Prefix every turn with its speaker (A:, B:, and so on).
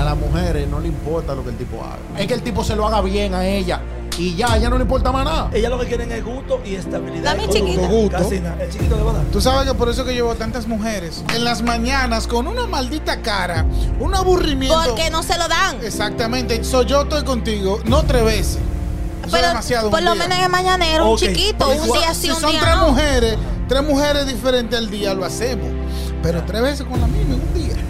A: a las mujeres no le importa lo que el tipo haga. Es que el tipo se lo haga bien a ella. Y ya, ya no le importa más nada.
B: Ella lo que quieren es gusto y estabilidad.
C: Dame
B: económica.
C: chiquito.
A: Gusto.
B: Casi nada. El chiquito le va a dar.
D: Tú sabes que por eso que llevo tantas mujeres en las mañanas con una maldita cara, un aburrimiento.
C: Porque no se lo dan.
D: Exactamente, soy yo estoy contigo, no tres veces. Eso es
C: Pero
D: demasiado.
C: por
D: un
C: lo
D: día.
C: menos en el mañanero,
B: Ok,
C: un chiquito,
D: Porque
C: un
D: si-
C: día sí,
D: si
C: un
D: son
C: día
D: tres
C: no.
D: mujeres, tres mujeres diferentes al día lo hacemos, pero tres veces con la misma en un día.